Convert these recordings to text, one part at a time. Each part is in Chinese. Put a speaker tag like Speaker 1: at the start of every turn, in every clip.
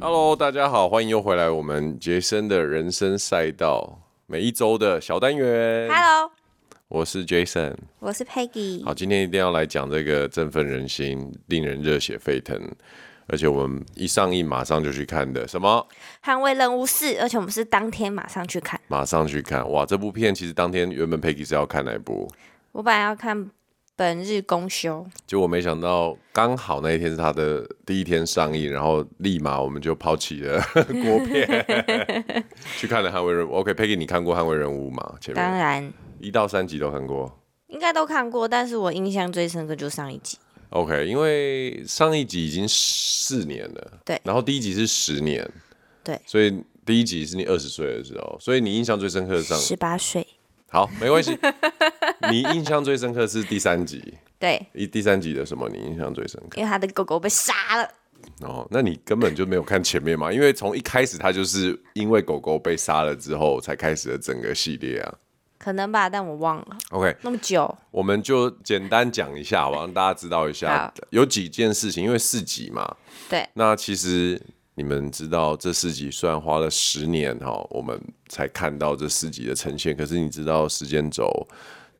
Speaker 1: Hello，大家好，欢迎又回来我们杰森的人生赛道每一周的小单元。
Speaker 2: Hello，
Speaker 1: 我是 Jason。
Speaker 2: 我是 Peggy。
Speaker 1: 好，今天一定要来讲这个振奋人心、令人热血沸腾，而且我们一上映马上就去看的什么？
Speaker 2: 捍卫任务四，而且我们是当天马上去看。
Speaker 1: 马上去看！哇，这部片其实当天原本 Peggy 是要看哪一部，
Speaker 2: 我本来要看本日公休，
Speaker 1: 结果没想到刚好那一天是他的第一天上映，然后立马我们就抛弃了 国片，去看了《捍卫任务》。OK，Peggy，、你看过《捍卫任务》吗？前
Speaker 2: 当
Speaker 1: 面
Speaker 2: 然
Speaker 1: 一到三集都看过。
Speaker 2: 应该都看过，但是我印象最深刻就上一集。
Speaker 1: OK，因为上一集已经四年了，
Speaker 2: 对
Speaker 1: 然后第一集是十年，
Speaker 2: 对
Speaker 1: 所以第一集是你二十岁的时候，所以你印象最深刻的上
Speaker 2: 十八岁，
Speaker 1: 好没关系， 你印象最深刻是第三集，
Speaker 2: 对，
Speaker 1: 一第三集的什么你印象最深刻？
Speaker 2: 因为他的狗狗被杀了，
Speaker 1: 哦，那你根本就没有看前面嘛，因为从一开始他就是因为狗狗被杀了之后才开始了整个系列啊。
Speaker 2: 可能吧，但我忘了
Speaker 1: OK，
Speaker 2: 那么久。
Speaker 1: 我们就简单讲一下吧，让大家知道一下
Speaker 2: 好
Speaker 1: 有几件事情，因为四集嘛，
Speaker 2: 对，
Speaker 1: 那其实你们知道，这四集虽然花了十年哈、我们才看到这四集的呈现，可是你知道时间轴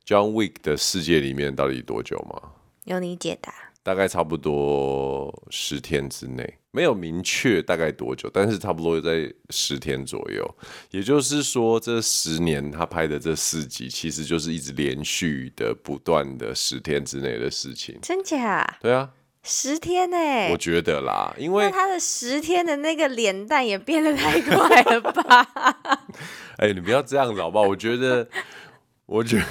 Speaker 1: John Wick 的世界里面到底多久吗？
Speaker 2: 由你解答。
Speaker 1: 大概差不多十天之内，没有明确大概多久，但是差不多在十天左右。也就是说，这十年他拍的这四集，其实就是一直连续的、不断的十天之内的事情。
Speaker 2: 真假？
Speaker 1: 对啊，
Speaker 2: 十天呢、
Speaker 1: 我觉得啦，因为
Speaker 2: 那他的十天的那个脸蛋也变得太快 了吧？
Speaker 1: 哎、你不要这样子好不好？我觉得，我觉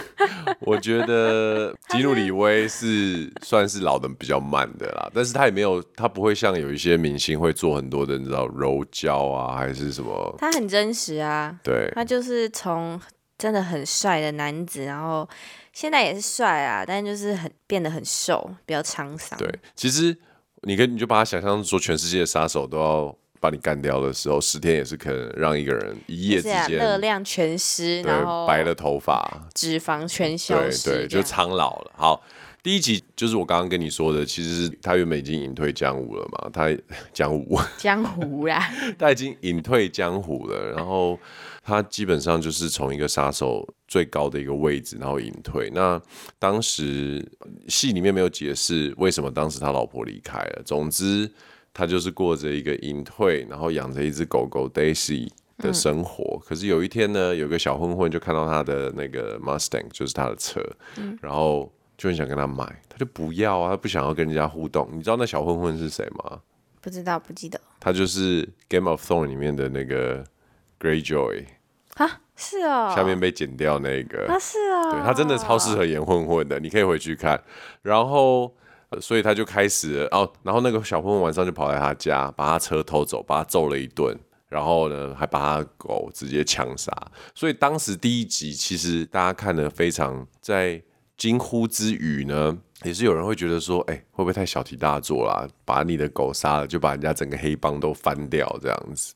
Speaker 1: 我觉 得基努里维是算是老的比较慢的啦，但是他也没有，他不会像有一些明星会做很多的，你知道柔焦啊，还是什么？
Speaker 2: 他很真实啊。
Speaker 1: 对
Speaker 2: 他就是从真的很帅的男子，然后现在也是帅啊，但就是很变得很瘦，比较沧桑。
Speaker 1: 对，其实你跟你就把他想象说，全世界的杀手都要把你干掉的时候，十天也是可能让一个人一夜
Speaker 2: 就
Speaker 1: 之
Speaker 2: 是啊，热
Speaker 1: 间。
Speaker 2: 量全失，然后
Speaker 1: 对，白了头发，
Speaker 2: 脂肪全消
Speaker 1: 对
Speaker 2: 失这
Speaker 1: 对，
Speaker 2: 样，
Speaker 1: 就苍老了。好，第一集就是我刚刚跟你说的，其实是他原本已经隐退江湖了嘛，他江湖
Speaker 2: 江湖啦。
Speaker 1: 他已经隐退江湖了，然后他基本上就是从一个杀手最高的一个位置，然后隐退。那嗯当时戏里面没有解释为什么当时他老婆离开了，总之他就是过着一个隐退，然后养着一只狗狗 Daisy。的生活，可是有一天呢，有个小混混就看到他的那个 Mustang，就是他的车，然后就很想跟他买，他就不要啊，他不想要跟人家互动。你知道那小混混是谁吗？
Speaker 2: 不知道，不记得
Speaker 1: 他就是《Game of Thrones》里面的那个 Greyjoy，、
Speaker 2: 啊？是哦，
Speaker 1: 下面被剪掉那个。
Speaker 2: 啊是哦，
Speaker 1: 对他真的超适合演混混的，你可以回去看。然后，呃所以他就开始了哦，然后那个小混混晚上就跑来他家，把他车偷走，把他揍了一顿，然后呢，还把他的狗直接枪杀。所以当时第一集其实大家看的非常在惊呼之余呢。也是有人会觉得说，哎、会不会太小题大做啦？把你的狗杀了，就把人家整个黑帮都翻掉这样子。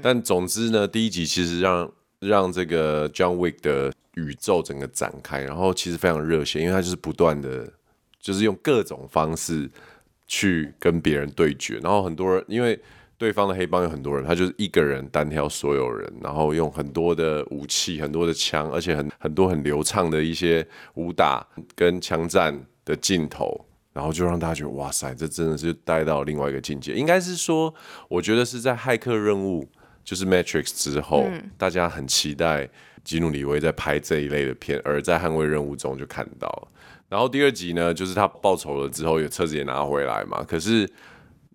Speaker 1: 但总之呢，第一集其实让让这个 John Wick 的宇宙整个展开，然后其实非常热血，因为他就是不断的，就是用各种方式去跟别人对决，然后很多人因为。对方的黑帮有很多人，他就是一个人单挑所有人，然后用很多的武器、很多的枪，而且很很多很流畅的一些武打跟枪战的镜头，然后就让大家觉得哇塞，这真的是带到另外一个境界。应该是说，我觉得是在《骇客任务》就是 Matrix 之后，大家很期待基努里维在拍这一类的片，而在《捍卫任务》中就看到了。然后第二集呢，就是他报仇了之后，有车子也拿回来嘛。可是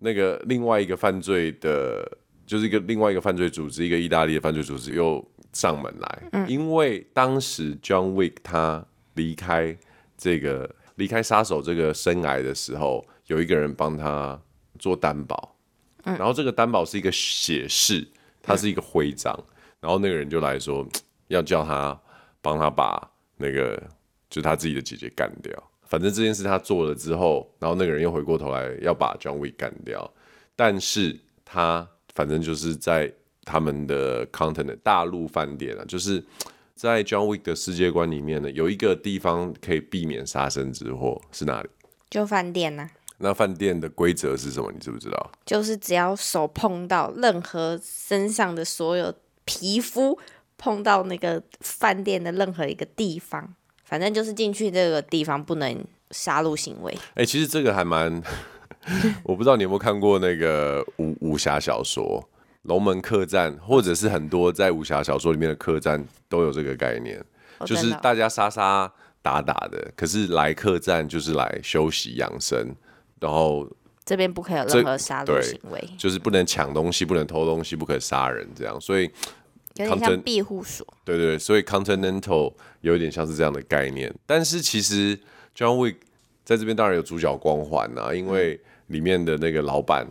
Speaker 1: 那个另外一个犯罪的，就是一个另外一个犯罪组织，一个意大利的犯罪组织又上门来，因为当时 John Wick 他离开这个离开杀手这个生涯的时候，有一个人帮他做担保，然后这个担保是一个写式，它是一个徽章，然后那个人就来说要叫他帮他把那个就是他自己的姐姐干掉。反正这件事他做了之后，然后那个人又回过头来要把 John Wick 干掉，但是他反正就是在他们的 continent 大陆饭店啊，就是在 John Wick 的世界观里面呢，有一个地方可以避免杀身之祸是哪里？
Speaker 2: 就饭店呐、啊
Speaker 1: 那饭店的规则是什么？你知不知道？
Speaker 2: 就是只要手碰到任何身上的所有皮肤，碰到那个饭店的任何一个地方，反正就是进去这个地方不能杀戮行为。
Speaker 1: 哎、其实这个还蛮， 我不知道你有没有看过那个武武侠小说《龙门客栈》，或者是很多在武侠小说里面的客栈都有这个概念，
Speaker 2: 哦
Speaker 1: 就
Speaker 2: 真
Speaker 1: 是
Speaker 2: 的哦
Speaker 1: 大家杀杀打打的，可是来客栈就是来休息养生，然后
Speaker 2: 这边不可以有
Speaker 1: 这
Speaker 2: 任何杀戮
Speaker 1: 对
Speaker 2: 行为，
Speaker 1: 就是不能抢东西，不能偷东西，不可杀人，这样，所以。
Speaker 2: 有点
Speaker 1: 抗
Speaker 2: 像
Speaker 1: 争
Speaker 2: 庇护所。
Speaker 1: 对对，对所以 Continental 有点像是这样的概念，但是其实 John Wick 在这边当然有主角光环啊，因为里面的那个老板，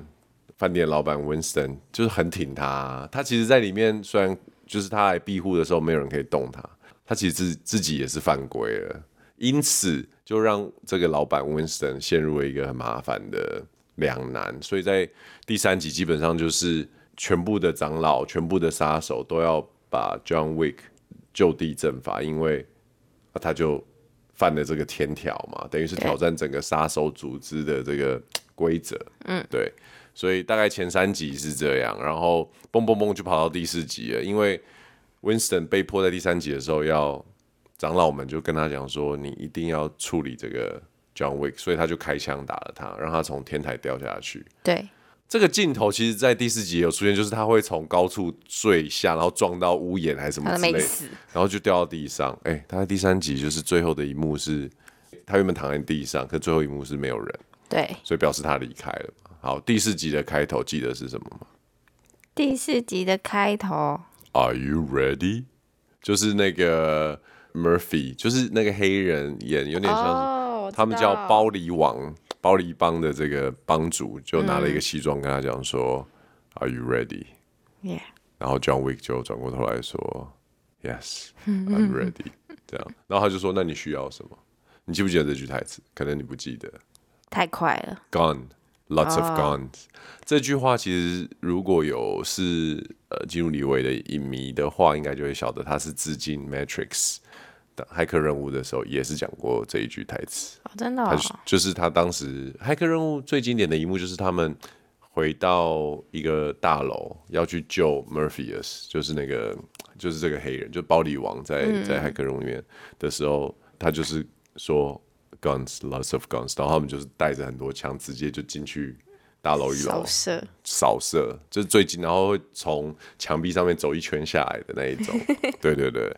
Speaker 1: 饭店老板 Winston 就是很挺他啊，他其实在里面虽然就是他来庇护的时候没有人可以动他，他其实自自己也是犯规了，因此就让这个老板 Winston 陷入了一个很麻烦的两难，所以在第三集基本上就是全部的长老、全部的杀手都要把 John Wick 就地正法，因为啊他就犯了这个天条嘛，等于是挑战整个杀手组织的这个规则。嗯，对，所以大概前三集是这样，然后蹦蹦蹦就跑到第四集了，因为 Winston 被迫在第三集的时候要长老们就跟他讲说，你一定要处理这个 John Wick，所以他就开枪打了他，让他从天台掉下去。
Speaker 2: 对，
Speaker 1: 这个镜头其实，在第四集也有出现，就是他会从高处坠下，然后撞到屋檐还是什么
Speaker 2: 他
Speaker 1: 之类
Speaker 2: 没
Speaker 1: 的，
Speaker 2: 死，
Speaker 1: 然后就掉到地上。哎，他在第三集就是最后的一幕是，他原本躺在地上，可最后一幕是没有人，
Speaker 2: 对。
Speaker 1: 所以表示他离开了嘛。好，第四集的开头记得是什么吗
Speaker 2: 第四集的开头，
Speaker 1: ？Are you ready？就是那个 Murphy，就是那个黑人演，有点像是
Speaker 2: 哦，我知
Speaker 1: 他们叫
Speaker 2: 道
Speaker 1: 包梨王、包梨帮的这个帮主，就拿了一个西装跟他讲说、a r e you ready？”
Speaker 2: Yeah
Speaker 1: 然后 John Wick 就转过头来说：“Yes, I'm ready。”这 样，然后他就说：“那你需要什么？”你记不记得这句台词？可能你不记得。
Speaker 2: 太快了，
Speaker 1: Gone, lots of guns、这句话其实如果有是呃进入李维的影迷的话，应该就会晓得他是致敬《Matrix》的骇客任务的时候也是讲过这一句台词。
Speaker 2: 哦，真的、
Speaker 1: 他
Speaker 2: 哦
Speaker 1: 就，就是他当时骇客任务最经典的一幕就是他们回到一个大楼要去救 Murphyus，就是那个就是这个黑人，就暴力王在在骇客任务里面的时候，他就是说 guns lots of guns，然后他们就是带着很多枪直接就进去大楼一楼
Speaker 2: 扫射，
Speaker 1: 扫射，就是最近，然后会从墙壁上面走一圈下来的那一种。对对对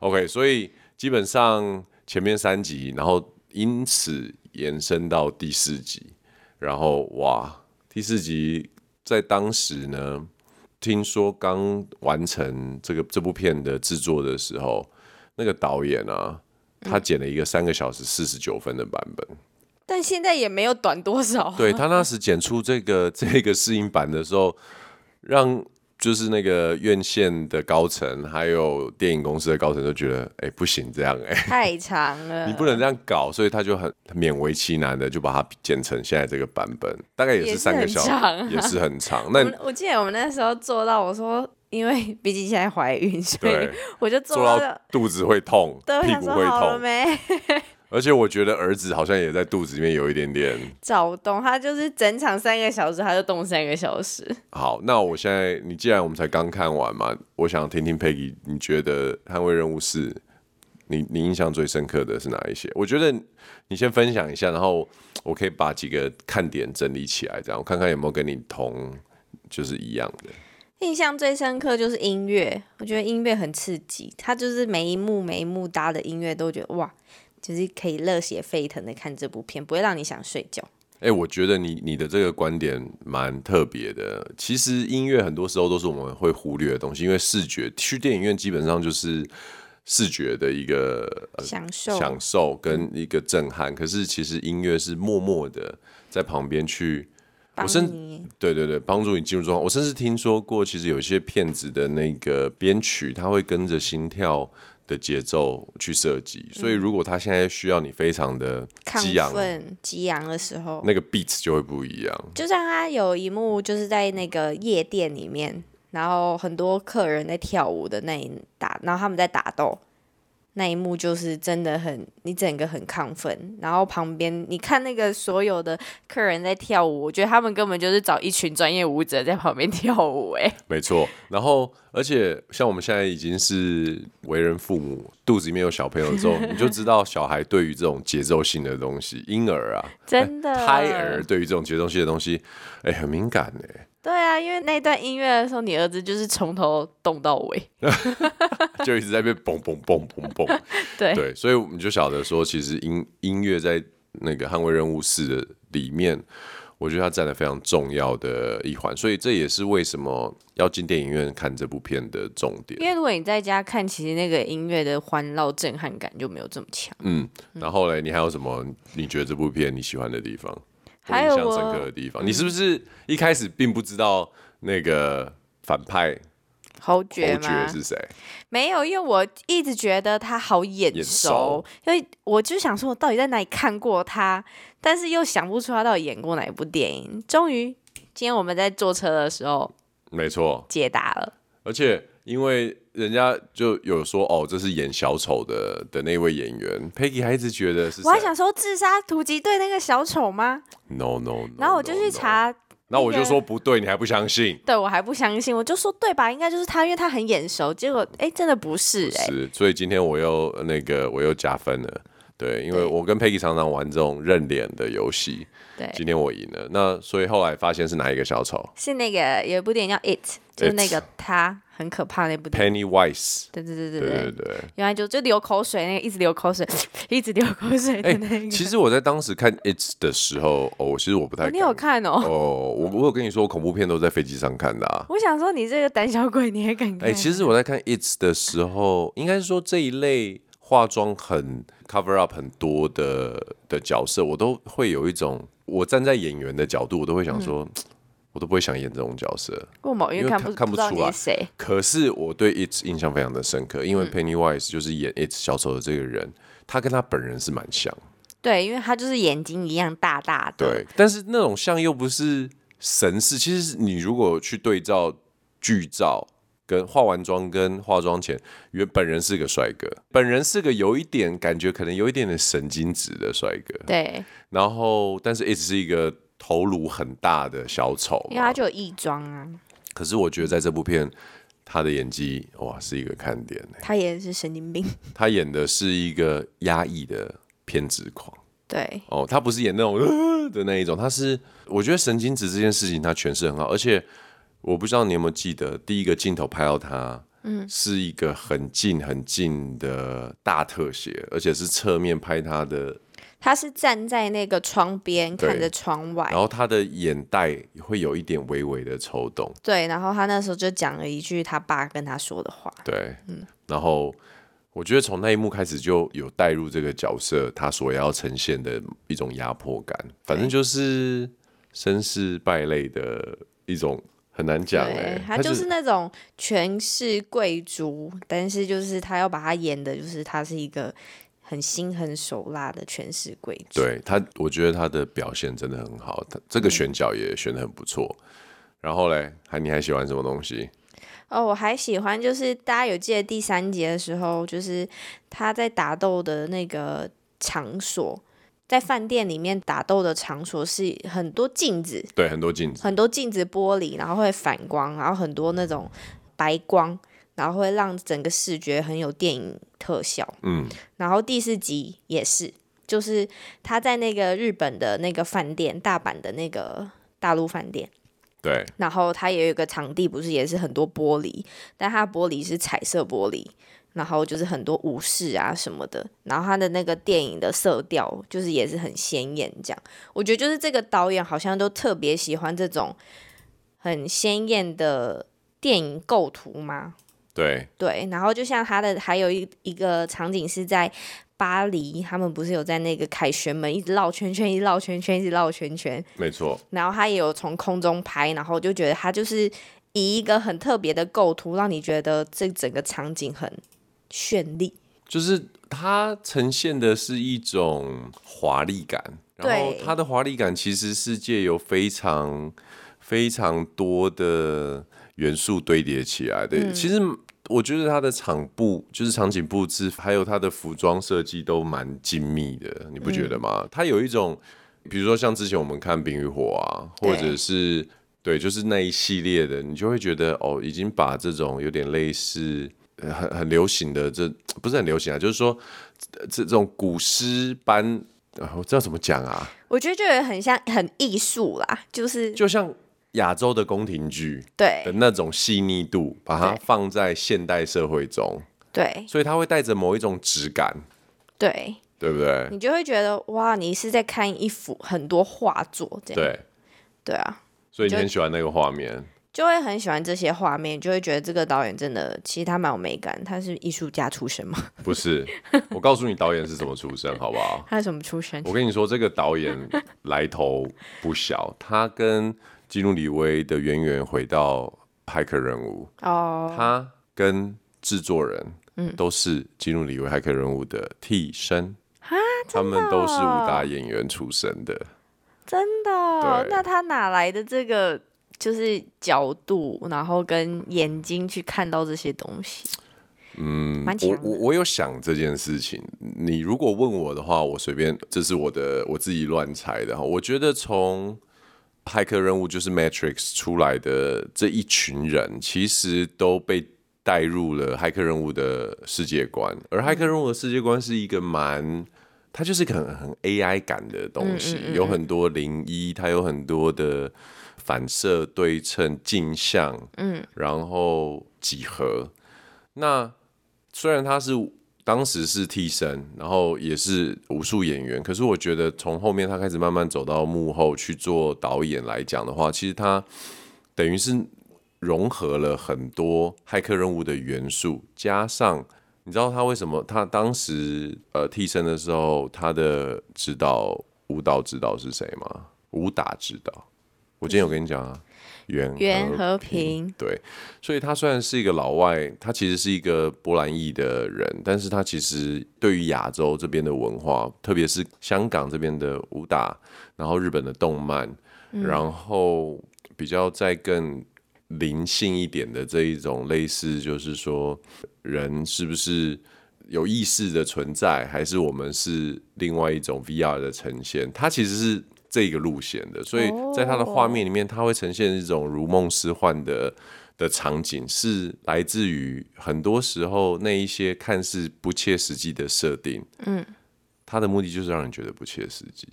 Speaker 1: ，OK，所以基本上前面三集，然后因此延伸到第四集，然后哇，第四集在当时呢，听说刚完成这个这部片的制作的时候，那个导演啊，他剪了一个三个小时四十九分的版本。
Speaker 2: 但现在也没有短多少。
Speaker 1: 对他那时剪出这个 这个试映版的时候，让就是那个院线的高层，还有电影公司的高层都觉得，哎、不行这样、哎，
Speaker 2: 太长了，
Speaker 1: 你不能这样搞，所以他就很勉为其难的就把它剪成现在这个版本，大概也
Speaker 2: 也
Speaker 1: 是
Speaker 2: 是
Speaker 1: 三个小时
Speaker 2: 很长啊，
Speaker 1: 也是很 长。
Speaker 2: 我
Speaker 1: 那
Speaker 2: 们我记得我们那时候做到，我说因为毕竟现在怀孕，所以
Speaker 1: 对
Speaker 2: 我就
Speaker 1: 做
Speaker 2: 做到
Speaker 1: 到
Speaker 2: 了。
Speaker 1: 肚子会痛，
Speaker 2: 对，我
Speaker 1: 屁
Speaker 2: 想
Speaker 1: 股
Speaker 2: 说
Speaker 1: 会
Speaker 2: 好了
Speaker 1: 痛，
Speaker 2: 没？
Speaker 1: 而且我觉得儿子好像也在肚子里面有一点点。
Speaker 2: 早动，他就是整场三个小时，他就动三个小时。
Speaker 1: 好，那我现在你既然我们才刚看完嘛，我想听听 Peggy，你觉得《捍卫任务四》你你印象最深刻的是哪一些？我觉得你先分享一下，然后我可以把几个看点整理起来，这样我看看有没有跟你同就是一样的。
Speaker 2: 印象最深刻就是音乐，我觉得音乐很刺激，他就是每一幕每一幕搭的音乐都觉得哇，就是可以热血沸腾的看这部片，不会让你想睡觉。
Speaker 1: 哎、我觉得你你的这个观点蛮特别的。其实音乐很多时候都是我们会忽略的东西，因为视觉去电影院基本上就是视觉的一个呃
Speaker 2: 享受
Speaker 1: 享受跟一个震撼。可是其实音乐是默默的在旁边去，
Speaker 2: 帮
Speaker 1: 甚
Speaker 2: 你
Speaker 1: 对对对，帮助你进入状况。我甚至听说过，其实有些片子的那个编曲，它会跟着心跳的节奏去设计。所以如果它现在需要你非常的激
Speaker 2: 嗯亢
Speaker 1: 昂，
Speaker 2: 奋激昂的时候，
Speaker 1: 那个 beat 就会不一样。
Speaker 2: 就像他有一幕就是在那个夜店里面，然后很多客人在跳舞的那一打，然后他们在打斗，那一幕就是真的很，你整个很亢奋，然后旁边你看那个所有的客人在跳舞，我觉得他们根本就是找一群专业舞者在旁边跳舞、欸，哎，
Speaker 1: 没错。然后，而且像我们现在已经是为人父母，肚子里面有小朋友 之后，你就知道小孩对于这种节奏性的东西，婴儿啊，
Speaker 2: 真的
Speaker 1: 胎儿
Speaker 2: 嗯
Speaker 1: 对于这种节奏性的东西，哎、很敏感哎、
Speaker 2: 对啊，因为那段音乐的时候，你儿子就是从头动到尾，
Speaker 1: 就一直在被嘣嘣嘣嘣嘣。
Speaker 2: 对，
Speaker 1: 对，所以我们就晓得说，其实音音乐在那个捍卫任务四的里面，我觉得它占了非常重要的一环，所以这也是为什么要进电影院看这部片的重点
Speaker 2: 因。为如果你在家看，其实那个音乐的环绕震撼感就没有这么强。
Speaker 1: 嗯，然后嘞，你还有什么你觉得这部片你喜欢的地方，或
Speaker 2: 还
Speaker 1: 印
Speaker 2: 有
Speaker 1: 象
Speaker 2: 我
Speaker 1: 深刻的地方？你是不是一开始并不知道那个反派
Speaker 2: 侯
Speaker 1: 侯
Speaker 2: 爵吗
Speaker 1: 爵？是谁？
Speaker 2: 没有，因为我一直觉得他好眼
Speaker 1: 眼
Speaker 2: 熟
Speaker 1: 熟，
Speaker 2: 所以我就想说，我到底在哪里看过他，但是又想不出他到底演过哪一部电影。终于，今天我们在坐车的时候
Speaker 1: 没错，
Speaker 2: 解答了。
Speaker 1: 而且因为人家就有说哦，这是演小丑的的那位演员，Peggy 还一直觉得是谁
Speaker 2: 我还想说，自杀突击队那个小丑吗？
Speaker 1: ，no no，, no
Speaker 2: 然后我就去，查，
Speaker 1: 那我
Speaker 2: 那个
Speaker 1: 就说不对，你还不相信，
Speaker 2: 对我还不相信，我就说对吧，应该就是他，因为他很眼熟。结果哎，真的不是哎、
Speaker 1: 是，所以今天我又呃那个我又加分了。对，因为
Speaker 2: 对
Speaker 1: 我跟 Peggy 常常玩这种认脸的游戏，
Speaker 2: 对，
Speaker 1: 今天我赢了。那所以后来发现是哪一个小丑
Speaker 2: 是那个有一部电影叫《It》，就是那个他很可怕那部电影。
Speaker 1: ，Pennywise。
Speaker 2: 对对对对
Speaker 1: 对对
Speaker 2: 对，
Speaker 1: 对，
Speaker 2: 原来就就流口水那个，一直流口水， 一直流口水的 那个。
Speaker 1: 哎其实我在当时看 It's 的时候，哦，其实我不太
Speaker 2: 你
Speaker 1: 敢
Speaker 2: 有看哦？
Speaker 1: 哦，我我有跟你说，恐怖片都在飞机上看的啊。
Speaker 2: 我想说你这个胆小鬼，你也敢看？
Speaker 1: 哎、其实我在看《It's》的时候，应该是说这一类化妆很 cover up 很多的的角色，我都会有一种，我站在演员的角度，我都会想说，我都不会想演这种角色。
Speaker 2: 过某因
Speaker 1: 因
Speaker 2: 为
Speaker 1: 为
Speaker 2: 看
Speaker 1: 看
Speaker 2: 不
Speaker 1: 看不
Speaker 2: 知道
Speaker 1: 出
Speaker 2: 你
Speaker 1: 来
Speaker 2: 是谁，
Speaker 1: 可是我对 It's 印象非常的深刻，因为 Pennywise 就是演 It's 小丑的这个人，他跟他本人是蛮像，
Speaker 2: 对，因为他就是眼睛一样大大的，
Speaker 1: 对，但是那种像又不是神似。其实你如果去对照剧照跟化完妆跟化妆前，原本人是个帅哥，本人是个有一点感觉可能有一点点神经质的帅哥，
Speaker 2: 对，
Speaker 1: 然后但是一直是一个头颅很大的小丑嘛，
Speaker 2: 因为他就有异装啊，
Speaker 1: 可是我觉得在这部片。他的演技哇是一个看点欸，
Speaker 2: 他也是神 经病，
Speaker 1: 他演的是一个压抑的偏执狂，
Speaker 2: 对，
Speaker 1: 哦，他不是演那种、呃、的那一种，他是我觉得神经质这件事情他诠释得很好，而且我不知道你有没有记得第一个镜头拍到他，嗯，是一个很近很近的大特写，而且是侧面拍他的，
Speaker 2: 他是站在那个窗边
Speaker 1: 对
Speaker 2: 看着窗外
Speaker 1: 然，后他的眼袋会有一点微微的抽动，
Speaker 2: 对，然后他那时候就讲了一句他爸跟他说的话，
Speaker 1: 对，
Speaker 2: 嗯
Speaker 1: 然后。我觉得从那一幕开始就有带入这个角色他所要呈现的一种压迫感，反正就是绅士败类的一种很难讲哎、
Speaker 2: 对，他就是那种权势贵族，但是就是他要把他演的，就是他是一个很心狠手辣的权势贵族，
Speaker 1: 对他，我觉得他的表现真的很好，他这个选角也选的很不错。然后嘞，还你还喜欢什么东西？
Speaker 2: 哦，我还喜欢，就是大家有记得第三节的时候，就是他在打斗的那个场所，在饭店里面打斗的场所是很多镜子，
Speaker 1: 对，很多镜子，
Speaker 2: 很多镜子玻璃，然后会反光，然后很多那种白光，然后会让整个视觉很有电影特效。
Speaker 1: 嗯，
Speaker 2: 然后第四集也是，就是他在那个日本的那个饭店，大阪的那个大陆饭店。
Speaker 1: 对，
Speaker 2: 然后它也有一个场地，不是也是很多玻璃，但它的玻璃是彩色玻璃，然后就是很多武士啊什么的，然后它的那个电影的色调就是也是很鲜艳，这样我觉得就是这个导演好像都特别喜欢这种很鲜艳的电影构图嘛，
Speaker 1: 对，
Speaker 2: 对，然后就像他的还有一一个场景是在。巴黎，他们不是有在那个凯旋门一直绕圈圈，一直绕圈圈，一直绕圈圈，
Speaker 1: 没错，
Speaker 2: 然后他也有从空中拍，然后就觉得他就是以一个很特别的构图，让你觉得这整个场景很绚丽。
Speaker 1: 就是它呈现的是一种华丽感，然后
Speaker 2: 对
Speaker 1: 它的华丽感其实是借由非常非常多的元素堆叠起来的。其实我觉得它的场布就是场景布置，还有它的服装设计都蛮精密的，你不觉得吗？它有一种，比如说像之前我们看《冰与火》啊，
Speaker 2: 对
Speaker 1: 或者是对，就是那一系列的，你就会觉得哦，已经把这种有点类似。呃很很流行的这不是很流行啊，就是说这这种古诗般，啊、我知道怎么讲啊，
Speaker 2: 我觉得就有很像很艺术啦，就是
Speaker 1: 就像亚洲的宫廷剧的
Speaker 2: 对
Speaker 1: 那种细腻度，把它
Speaker 2: 对
Speaker 1: 放在现代社会中，
Speaker 2: 对
Speaker 1: 所以它会带着某一种质感，
Speaker 2: 对，
Speaker 1: 对不对？
Speaker 2: 你就会觉得哇，你是在看一幅很多画作这样，
Speaker 1: 对，
Speaker 2: 对啊，
Speaker 1: 所以你
Speaker 2: 就
Speaker 1: 很喜欢那个画面，
Speaker 2: 就会很喜欢这些画面，就会觉得这个导演真的其实他蛮有美感，他是艺术家出身嘛，
Speaker 1: 不是？我告诉你导演是什么出身，好不好？
Speaker 2: 他是什么出身
Speaker 1: 我？跟你说，这个导演来头不小，他跟基努里维的渊源回到《骇客任务》，
Speaker 2: 哦，
Speaker 1: 他跟制作人，都是基努里维《骇客任务》的替身。他们都是武打演员出身的，
Speaker 2: 真的哦、
Speaker 1: 对
Speaker 2: 那他哪来的这个就是角度，然后跟眼睛去看到这些东西？嗯，蛮强
Speaker 1: 我
Speaker 2: 的
Speaker 1: 我我有想这件事情，你如果问我的话，我随便，这是我的我自己乱猜的哈。我觉得从《骇客任务》就是 Matrix 出来的这一群人，其实都被带入了《骇客任务》的世界观，而《骇客任务》的世界观是一个蛮。它就是一个很很 AI 感的
Speaker 2: 嗯
Speaker 1: 东西，有很多零一，它有很多的反射、对称、镜像，嗯，然后几何。那虽然他是当时是替身，然后也是武术演员，可是我觉得从后面他开始慢慢走到幕后去做导演来讲的话，其实他等于是融合了很多骇客任务的元素，加上你知道他为什么他当时呃替身的时候，他的指导舞蹈指导是谁吗？武打指导，我今天有跟你讲啊，袁
Speaker 2: 袁
Speaker 1: 和
Speaker 2: 和平，
Speaker 1: 对，所以他虽然是一个老外，他其实是一个波兰裔的人，但是他其实对于亚洲这边的文化，特别是香港这边的武打，然后日本的动漫，然后比较再更灵性一点的这一种类似，就是说人是不是有意识的存在，还是我们是另外一种 VR 的呈现？它其实是这个路线的，所以在它的画面里面，它会呈现一种如梦似幻的。的场景是来自于很多时候那一些看似不切实际的设定，嗯，它的目的就是让人觉得不切实际，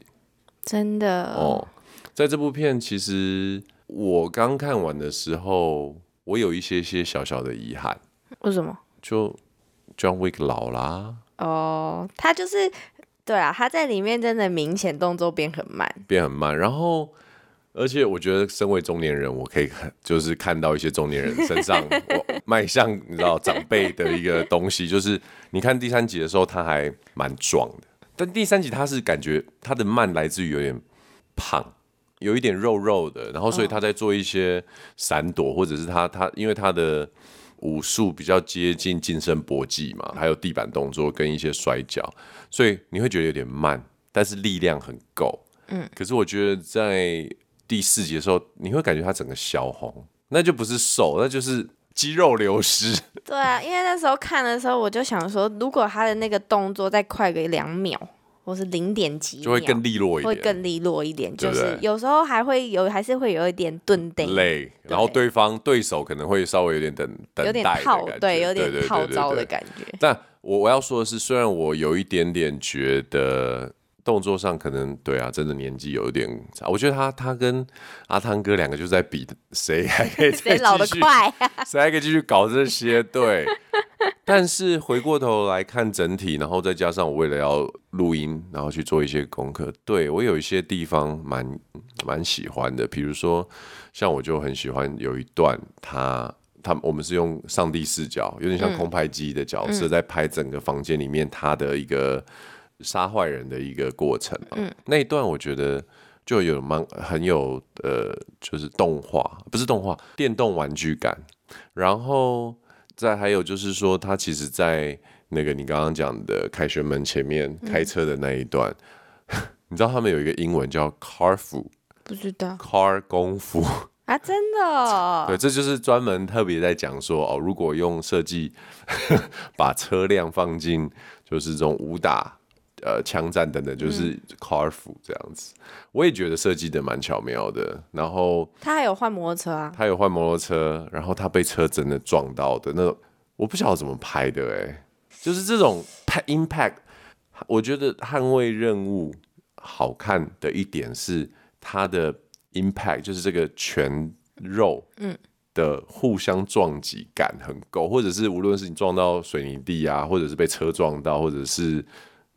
Speaker 2: 真的
Speaker 1: 哦，在这部片，其实我刚看完的时候，我有一些些小小的遗憾，
Speaker 2: 为什么？
Speaker 1: 就 John Wick 老啦，
Speaker 2: 哦，他就是对啊，他在里面真的明显动作变很慢，
Speaker 1: 变很慢，然后。而且我觉得，身为中年人，我可以看，就是看到一些中年人身上我迈向你知道长辈的一个东西，就是你看第三集的时候，他还蛮壮的，但第三集他是感觉他的慢来自于有点胖，有一点肉肉的，然后所以他在做一些闪躲，或者是他他因为他的武术比较接近近身搏击嘛，还有地板动作跟一些摔跤，所以你会觉得有点慢，但是力量很够。嗯，可是我觉得在第四集的时候，你会感觉他整个小红，那就不是瘦，那就是肌肉流失。
Speaker 2: 对啊，因为那时候看的时候，我就想说，如果他的那个动作再快个两秒，或是零点几秒，
Speaker 1: 就会更利落一
Speaker 2: 会
Speaker 1: 点，
Speaker 2: 更利落一点，
Speaker 1: 对
Speaker 2: 就
Speaker 1: 不
Speaker 2: 是
Speaker 1: 对
Speaker 2: 有时候还会有，还是会有一点顿定，
Speaker 1: 累。然后对方对手可能会稍微有点等等待的
Speaker 2: 有点
Speaker 1: 感
Speaker 2: 套，
Speaker 1: 觉，
Speaker 2: 对，有
Speaker 1: 对
Speaker 2: 点
Speaker 1: 对
Speaker 2: 套
Speaker 1: 对对
Speaker 2: 招的
Speaker 1: 对
Speaker 2: 感觉。
Speaker 1: 但我我要说的是，虽然我有一点点觉得动作上可能对啊，真的年纪有一点差，我觉得他他跟阿汤哥两个就在比谁还可以再
Speaker 2: 谁老得
Speaker 1: 继续，
Speaker 2: 快、啊
Speaker 1: 谁还可以继续搞这些，对。但是回过头来看整体，然后再加上我为了要录音，然后去做一些功课，对我有一些地方蛮蛮喜欢的，比如说像我就很喜欢有一段他他我们是用上帝视角，有点像空拍机的角色、在拍整个房间里面他的一个杀坏人的一个过程嘛。那一段我觉得就有蛮很有呃，就是动画不是动画，电动玩具感。然后再还有就是说，他其实，在那个你刚刚讲的凯旋门前面开车的那一段， 你知道他们有一个英文叫 car 夫
Speaker 2: 不知道
Speaker 1: car 功夫。
Speaker 2: 啊啊，真的、哦，
Speaker 1: 对，这就是专门特别在讲说哦，如果用设计 把车辆放进就是这种武打、呃枪战等等，就是 carfu 这样子，我也觉得设计的蛮巧妙的。然后
Speaker 2: 他还有换摩托车啊，
Speaker 1: 他有换摩托车，然后他被车真的撞到的那种，我不晓得怎么拍的哎、就是这种太 impact，我觉得《捍卫任务》好看的一点是它的 impact，就是这个拳肉嗯的互相撞击感很够，或者是无论是你撞到水泥地啊，或者是被车撞到，或者是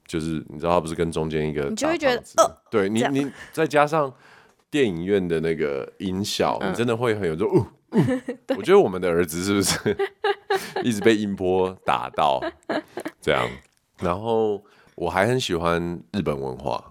Speaker 1: 就是你知道它不是跟中间一个
Speaker 2: 你就
Speaker 1: 大胖
Speaker 2: 会觉得
Speaker 1: 子
Speaker 2: 呃
Speaker 1: 对你
Speaker 2: 这样
Speaker 1: 你再加上电影院的那个音效，
Speaker 2: 嗯
Speaker 1: 你真的会很有种。哦 我觉得我们的儿子是不是 一直被音波打到这样？然后我还很喜欢日本文化，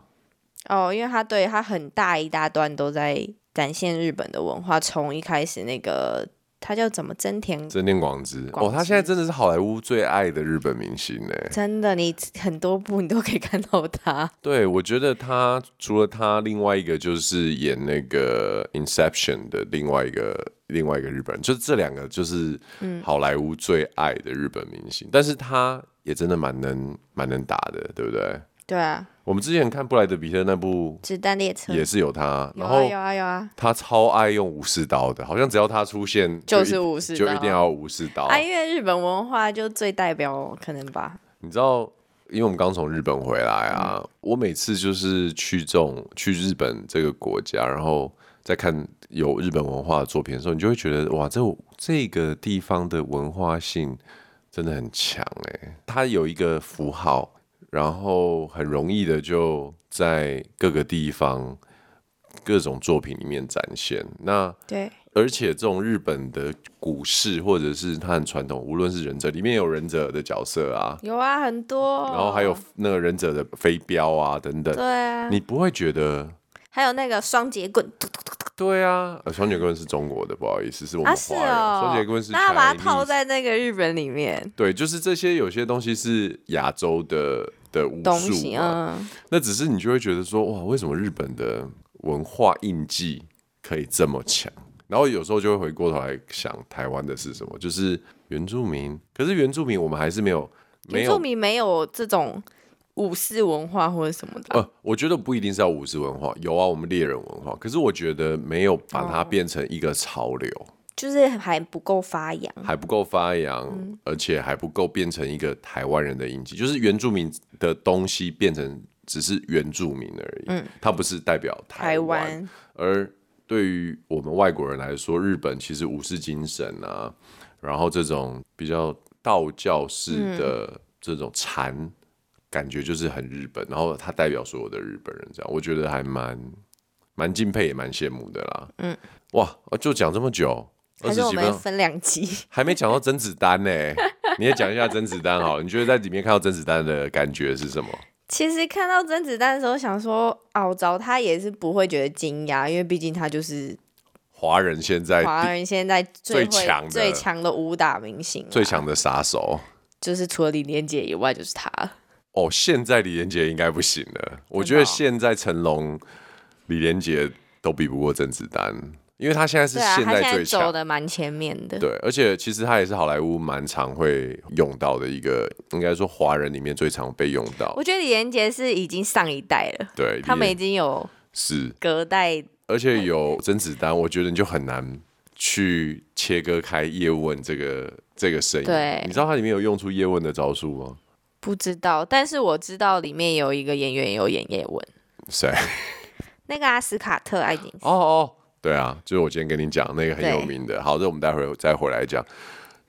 Speaker 2: 哦，因为他对他很大一大段都在展现日本的文化，从一开始那个他叫怎么真田，
Speaker 1: 真田广之
Speaker 2: 广
Speaker 1: 哦，他
Speaker 2: 之
Speaker 1: 现在真的是好莱坞最爱的日本明星欸呢。
Speaker 2: 真的你很多部你都可以看到他，
Speaker 1: 对，我觉得他除了他，另外一个就是演那个《Inception》的另外一个另外一个日本人，就是这两个就是好莱坞最爱的日本明星，但是他也真的蛮能蛮能打的，对不对？
Speaker 2: 对啊，
Speaker 1: 我们之前看布莱德比特那部
Speaker 2: 子弹列车
Speaker 1: 也是有他，
Speaker 2: 有
Speaker 1: 然
Speaker 2: 啊
Speaker 1: 后
Speaker 2: 有啊有啊，
Speaker 1: 他超爱用武士刀的，好像只要他出现
Speaker 2: 就
Speaker 1: 一
Speaker 2: 是武士
Speaker 1: 就
Speaker 2: 刀
Speaker 1: 一定要武士刀。
Speaker 2: 啊，因为日本文化就最代表可能吧，
Speaker 1: 你知道，因为我们刚从日本回来啊，
Speaker 2: 嗯
Speaker 1: 我每次就是去这种去日本这个国家，然后再看有日本文化的作品的时候，你就会觉得哇，这这个地方的文化性真的很强哎、它有一个符号，然后很容易的就在各个地方。各种作品里面展现，那
Speaker 2: 对，
Speaker 1: 而且这种日本的股市或者是它很传统，无论是忍者里面有忍者的角色啊，
Speaker 2: 有啊很多，
Speaker 1: 嗯然后还有那个忍者的飞镖啊等等，
Speaker 2: 对啊，
Speaker 1: 你不会觉得？
Speaker 2: 还有那个双节棍
Speaker 1: 对啊，呃双节棍是中国的，不好意思，是我们
Speaker 2: 啊是
Speaker 1: 华人。
Speaker 2: 哦，
Speaker 1: 双节棍是
Speaker 2: 那要把它
Speaker 1: Chinese
Speaker 2: 套在那个日本里面
Speaker 1: 对，就是这些有些东西是亚洲的的武
Speaker 2: 东
Speaker 1: 术
Speaker 2: 西，
Speaker 1: 嘛，
Speaker 2: 嗯，
Speaker 1: 那只是你就会觉得说，哇，为什么日本的文化印记可以这么强？然后有时候就会回过头来想台湾的是什么，就是原住民。可是原住民我们还是没有没
Speaker 2: 原
Speaker 1: 有
Speaker 2: 住民没有这种武士文化或者什么的啊，
Speaker 1: 呃，我觉得不一定是要武士文化，有啊，我们猎人文化，可是我觉得没有把
Speaker 2: 哦
Speaker 1: 它变成一个潮流，
Speaker 2: 就是还不够发扬。
Speaker 1: 还不够发扬，
Speaker 2: 嗯
Speaker 1: 而且还不够变成一个台湾人的印记，就是原住民的东西变成只是原住民而已，它不是代表
Speaker 2: 嗯台
Speaker 1: 湾。
Speaker 2: 湾
Speaker 1: 而对于我们外国人来说，日本其实武士精神啊，然后这种比较道教式
Speaker 2: 嗯
Speaker 1: 的这种禅，感觉就是很日本。然后它代表所有的日本人，这样我觉得还蛮蛮敬佩，也蛮羡慕的啦。嗯，哇，就讲这么久，二
Speaker 2: 还
Speaker 1: 十
Speaker 2: 是我
Speaker 1: 几分
Speaker 2: 们
Speaker 1: 钟
Speaker 2: 分两集？
Speaker 1: 还没讲到甄子丹呢、 你也讲一下甄子丹好了，你觉得在里面看到甄子丹的感觉是什么？
Speaker 2: 其实看到甄子丹的时候，想说啊，我找他也是不会觉得惊讶，因为毕竟他就是
Speaker 1: 华人现在
Speaker 2: 华人啊现在最
Speaker 1: 最
Speaker 2: 会
Speaker 1: 强的
Speaker 2: 最强的武打明星啊，
Speaker 1: 最强的杀手。
Speaker 2: 就是除了李连杰以外就是他。
Speaker 1: 哦，现在李连杰应该不行了。我觉
Speaker 2: 真的
Speaker 1: 得
Speaker 2: 哦
Speaker 1: 现在成龙、李连杰都比不过甄子丹，因为他现在是
Speaker 2: 对啊，他现在
Speaker 1: 最
Speaker 2: 走
Speaker 1: 强。
Speaker 2: 的蛮前面的。
Speaker 1: 对，而且其实他也是好莱坞蛮常会用到的一个，应该说华人里面最常被用到
Speaker 2: 我。觉得李连杰是已经上一代了，
Speaker 1: 对，
Speaker 2: 他们
Speaker 1: 李
Speaker 2: 已
Speaker 1: 连
Speaker 2: 经有
Speaker 1: 是，
Speaker 2: 隔代
Speaker 1: 而且有甄子丹，我觉得你就很难去切割开叶问这个这个声音。
Speaker 2: 对
Speaker 1: 你知道它里面有用出叶问的招数吗？
Speaker 2: 不知道，但是我知道里面有一个演员有演叶问，
Speaker 1: 谁？
Speaker 2: 那个阿斯卡特艾金斯。
Speaker 1: 哦哦，对啊，就是我今天跟你讲那个很有名的。好，这我们待会儿再回来讲。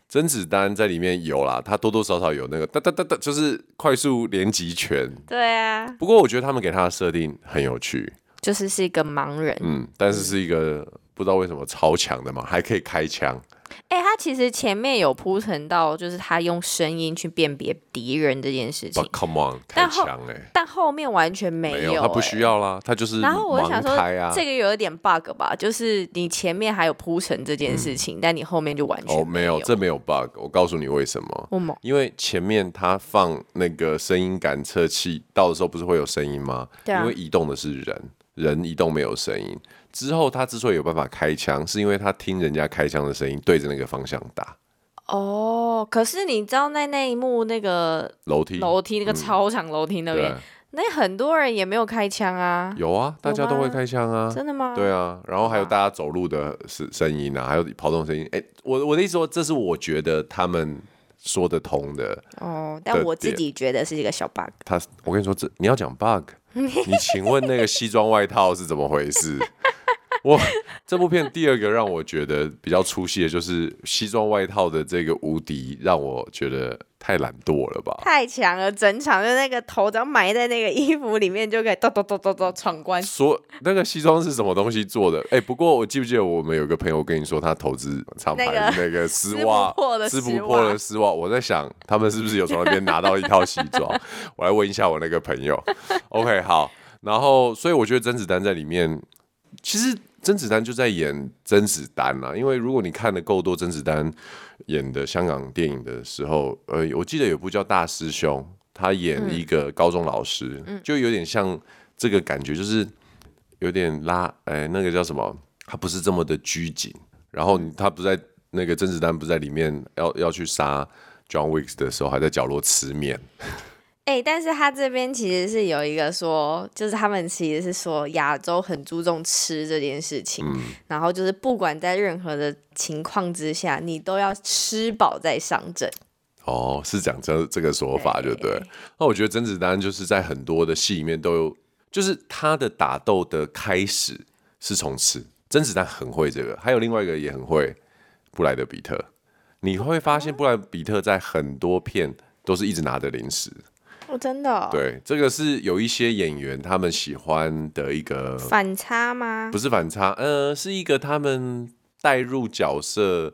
Speaker 1: 甄子丹在里面有啦，他多多少少有那个哒哒哒哒，就是快速连击拳。
Speaker 2: 对啊，
Speaker 1: 不过我觉得他们给他的设定很有趣，
Speaker 2: 就是是一个盲人。
Speaker 1: 嗯，但是是一个不知道为什么超强的嘛，还可以开枪。
Speaker 2: 哎、他其实前面有铺陈到，就是他用声音去辨别敌人这件事
Speaker 1: But
Speaker 2: 情，
Speaker 1: come on，开
Speaker 2: 但后
Speaker 1: 枪哎、
Speaker 2: 但后面完全没有、
Speaker 1: 没有，他不
Speaker 2: 哎
Speaker 1: 需要啦，他就是
Speaker 2: 然后我就想
Speaker 1: 盲
Speaker 2: 说
Speaker 1: 开啊，。
Speaker 2: 这个有点 bug 吧，就是你前面还有铺陈这件事情，但你后面就完全
Speaker 1: 嗯哦，没有，
Speaker 2: 有。
Speaker 1: 这没有 bug，我告诉你为什么。
Speaker 2: 我猛，
Speaker 1: 因为前面他放那个声音感测器到的时候，不是会有声音吗？
Speaker 2: 对啊
Speaker 1: 因为移动的是人，人移动没有声音。之后他之所以有办法法开枪，是因为他听人家开枪的声音，对着那个方向打
Speaker 2: 哦，可是你知道那那一幕那个
Speaker 1: 楼梯。
Speaker 2: 楼梯那个超长楼梯那边，
Speaker 1: 嗯对，
Speaker 2: 那很多人也没有开枪啊，
Speaker 1: 有啊，大家都会开枪啊。
Speaker 2: 真的吗？
Speaker 1: 对啊，然后还有大家走路的声声音啊，还有跑动的声音。哎，我我的意思说，这是我觉得他们说得通的。
Speaker 2: 哦，但
Speaker 1: 的
Speaker 2: 我自
Speaker 1: 点
Speaker 2: 己觉得是一个小 bug。
Speaker 1: 他，我跟你说，这你要讲 bug，你请问那个西装外套是怎么回事？ 我这部片第二个让我觉得比较出戏的就是西装外套的这个无敌，让我觉得太懒惰了吧。
Speaker 2: 太强了，整场就那个头只要埋在那个衣服里面就可以咚咚咚咚咚闯关。
Speaker 1: 说那个西装是什么东西做的？哎、不过我记不记得我们有个朋友跟你说他投资厂牌
Speaker 2: 那
Speaker 1: 是那个丝
Speaker 2: 撕
Speaker 1: 袜
Speaker 2: 不破的，
Speaker 1: 撕不
Speaker 2: 丝袜
Speaker 1: 破的丝袜，我在想他们是不是有从那边拿到一套西装？我来问一下我那个朋友。OK，好， 然后所以我觉得甄子丹在里面，其实甄子丹就在演甄子丹啦、因为如果你看的够多甄子丹演的香港电影的时候，呃，我记得有部叫《大师兄》，他演
Speaker 2: 嗯
Speaker 1: 一个高中老师，就有点像这个感觉，就是有点拉，哎、那个叫什么？他不是这么的拘谨。然后你
Speaker 2: 嗯
Speaker 1: 他不在那个甄子丹不在里面要要去杀 John Wick 的时候，还在角落吃面。
Speaker 2: 哎、但是他这边其实是有一个说，就是他们其实是说亚洲很注重吃这件事情，
Speaker 1: 嗯
Speaker 2: 然后就是不管在任何的情况之下，你都要吃饱再上阵。
Speaker 1: 哦，是讲这这个说法就对了
Speaker 2: 对。
Speaker 1: 那我觉得甄子丹就是在很多的戏里面都有，就是他的打斗的开始是从吃。甄子丹很会这个，还有另外一个也很会布莱德比特。你会发现布莱德比特在很多片都是一直拿着零食。
Speaker 2: 哦，真的、哦，
Speaker 1: 对，这个是有一些演员他们喜欢的一个
Speaker 2: 反差吗
Speaker 1: 不？是反差，呃，是一个他们带入角色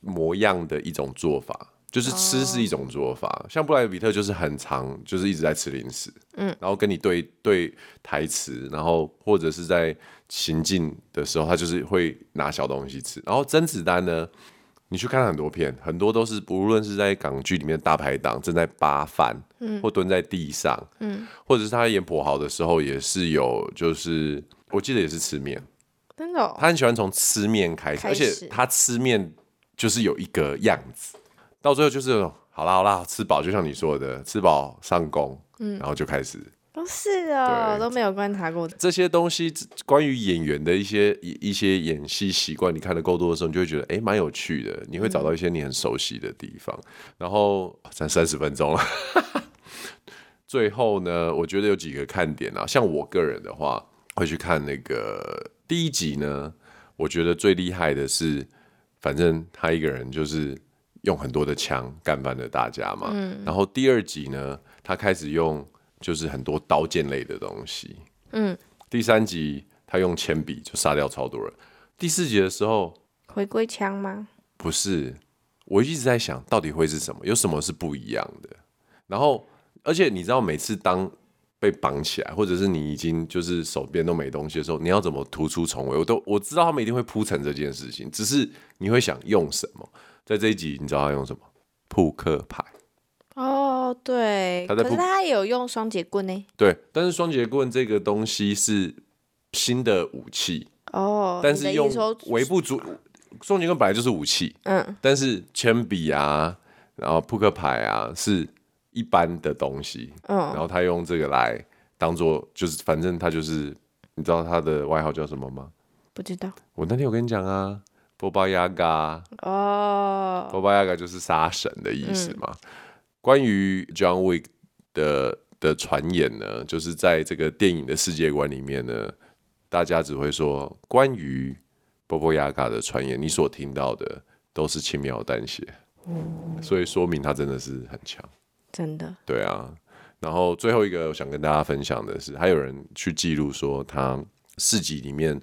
Speaker 1: 模样的一种做法，就是吃是一种做法。像布莱德比特就是很长，就是一直在吃零食，嗯，然后跟你对对台词，然后或者是在行进的时候，他就是会拿小东西吃。然后甄子丹呢，你去看很多片，很多都是无论是在港剧里面的大排档正在扒饭，嗯，或蹲在地上，嗯，或者是他演跛豪的时候，也是有，就是我记得也是吃面，
Speaker 2: 真的、哦，
Speaker 1: 他很喜欢从吃面开始，
Speaker 2: 开
Speaker 1: 而
Speaker 2: 始
Speaker 1: 且他吃面就是有一个样子，到最后就是那种好啦好啦，吃饱就像你说的，吃饱上工，嗯，然后就开始
Speaker 2: 都是哦，
Speaker 1: 对
Speaker 2: 都没有观察过。
Speaker 1: 这些东西关于演员的一些一一些演戏习惯，你看的够多的时候，你就会觉得哎，诶蛮有趣的，你会找到一些你很熟悉的地方。然后才三十分钟了， 最后呢，我觉得有几个看点啊，像我个人的话，会去看那个第一集呢，我觉得最厉害的是，反正他一个人就是用很多的枪干翻了大家嘛。然后第二集呢，他开始用就是很多刀剑类的东西。第三集他用铅笔就杀掉超多人。第四集的时候
Speaker 2: 回归枪吗？
Speaker 1: 不是，我一直在想到底会是什么，有什么是不一样的。然后，而且你知道，每次当被绑起来，或者是你已经就是手边都没东西的时候，你要怎么突出重围？我都我知道他们一定会铺陈这件事情，只是你会想用什么。在这一集，你知道他用什么？扑克牌。
Speaker 2: 哦，对，
Speaker 1: 他在
Speaker 2: 可是
Speaker 1: 不
Speaker 2: 他也有用双节棍呢。
Speaker 1: 对，但是双节棍这个东西是新的武器，
Speaker 2: 哦，
Speaker 1: 但
Speaker 2: 你的
Speaker 1: 是
Speaker 2: 意
Speaker 1: 用
Speaker 2: 思说啊
Speaker 1: 微不足，双节棍本来就是武器，
Speaker 2: 嗯，
Speaker 1: 但是铅笔啊，然后扑克牌啊是一般的东西，
Speaker 2: 嗯
Speaker 1: 然后他用这个来当做就是，反正他就是，你知道他的外号叫什么吗？
Speaker 2: 不知道。
Speaker 1: 我那天有跟你讲啊，波巴亚嘎，啊
Speaker 2: 哦，
Speaker 1: 波巴亚嘎就是杀神的意思嘛。关于 John Wick 的的传言呢，就是在这个电影的世界观里面呢，大家只会说关于波波亚嘎的传言，你所听到的都是轻描淡写，所以说明他真的是很强。
Speaker 2: 真的，
Speaker 1: 对啊，然后最后一个我想跟大家分享的是，还有人去记录说他四集里面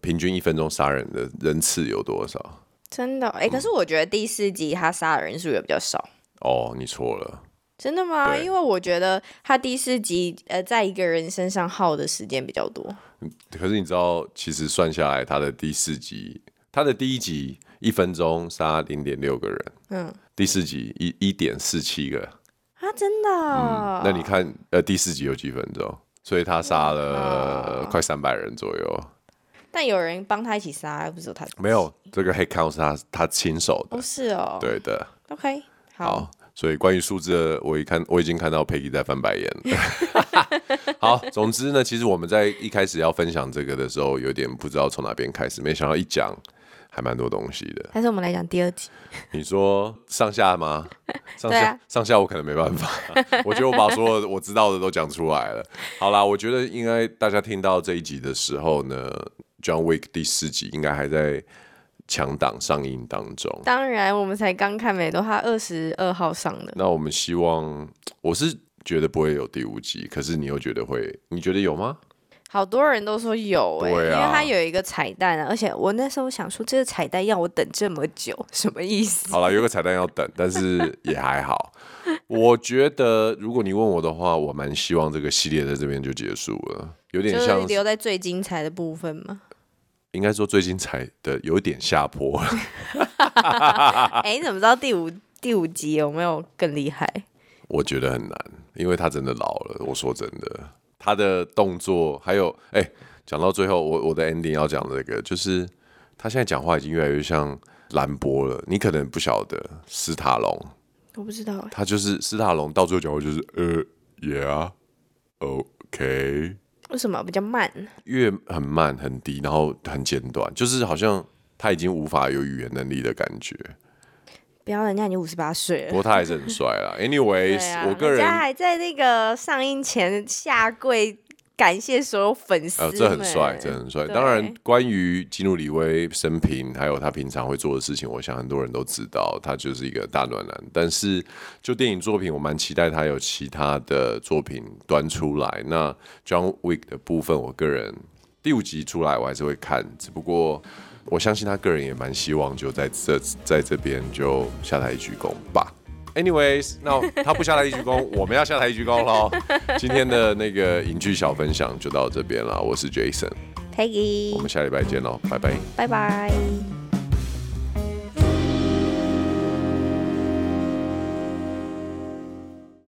Speaker 1: 平均一分钟杀人的人次有多少？
Speaker 2: 真的。哎、可是我觉得第四集他杀的人数也比较少。
Speaker 1: 哦，你错了。
Speaker 2: 真的吗？
Speaker 1: 对
Speaker 2: 因为我觉得他第四集呃，在一个人身上耗的时间比较多。
Speaker 1: 可是你知道，其实算下来，他的第四集，他的第一集一分钟杀零点六个人，
Speaker 2: 嗯，
Speaker 1: 第四集一一点四七个，
Speaker 2: 啊，真的哦、
Speaker 1: 那你看，呃，第四集有几分钟？所以他杀了快三百人左右。
Speaker 2: 但有人帮他一起杀，又不是有他自己
Speaker 1: 没有，这个黑 count 是他他亲手的，
Speaker 2: 哦，是哦，
Speaker 1: 对的。
Speaker 2: ，OK，好，
Speaker 1: 好，所以关于数字的，我一看我已经看到佩奇在翻白眼。 好，总之呢，其实我们在一开始要分享这个的时候，有点不知道从哪边开始，没想到一讲还蛮多东西的。
Speaker 2: 但是我们来讲第二集，
Speaker 1: 你说上下 吗？上
Speaker 2: 对
Speaker 1: 下、
Speaker 2: 啊
Speaker 1: 上下我可能没办法， 我觉得我把所有的我知道的都讲出来了。好啦，我觉得应该大家听到这一集的时候呢，John Wick 第四集应该还在强档上映当中。
Speaker 2: 当然我们才刚看没多，他二十二号上的，
Speaker 1: 那我们希望，我是觉得不会有第五集，可是你又觉得会，你觉得有吗？
Speaker 2: 好多人都说有哎、
Speaker 1: 对啊
Speaker 2: 因为他有一个彩蛋啊，而且我那时候想说这个彩蛋要我等这么久，什么意思？
Speaker 1: 好了，有个彩蛋要等，但是也还好。我觉得，如果你问我的话，我蛮希望这个系列在这边就结束了，有点
Speaker 2: 就是
Speaker 1: 像是，
Speaker 2: 留在最精彩的部分嘛。
Speaker 1: 应该说最近才的有一点下坡。啊
Speaker 2: 哎、你怎么知道第五第五集有没有更厉害？
Speaker 1: 我觉得很难，因为他真的老了。我说真的，他的动作还有，哎、讲到最后，我我的 ending 要讲这个，就是他现在讲话已经越来越像兰博了。你可能不晓得斯塔龙，
Speaker 2: 我不知道、哎，
Speaker 1: 他就是斯塔龙到最后讲话就是呃，yeah，OK，
Speaker 2: 为什么比较慢？
Speaker 1: 越很慢很低，然后很简短，就是好像他已经无法有语言能力的感觉。
Speaker 2: 不要人家已经五十八
Speaker 1: 不
Speaker 2: 岁了。
Speaker 1: 过他还是很帅啦。
Speaker 2: 对
Speaker 1: Anyways，、
Speaker 2: 啊，
Speaker 1: 我个人
Speaker 2: 人家还在那个上映前下跪感谢所有粉丝、
Speaker 1: 呃，这很帅，这。很帅。
Speaker 2: 对
Speaker 1: 当然，关于基努里维生平，还有他平常会做的事情，我想很多人都知道，他就是一个大暖男。但是，就电影作品，我蛮期待他有其他的作品端出来。那 John Wick 的部分，我个人第五集出来，我还是会看，只不过。我相信他个人也蛮希望就在这在这边就下台一鞠躬吧。Anyways，那他不下台一鞠躬，我们要下台一鞠躬喽。今天的那个影剧小分享就到这边了，我是 Jason，我
Speaker 2: Peggy，
Speaker 1: 们下礼拜见喽，拜拜。
Speaker 2: 拜拜。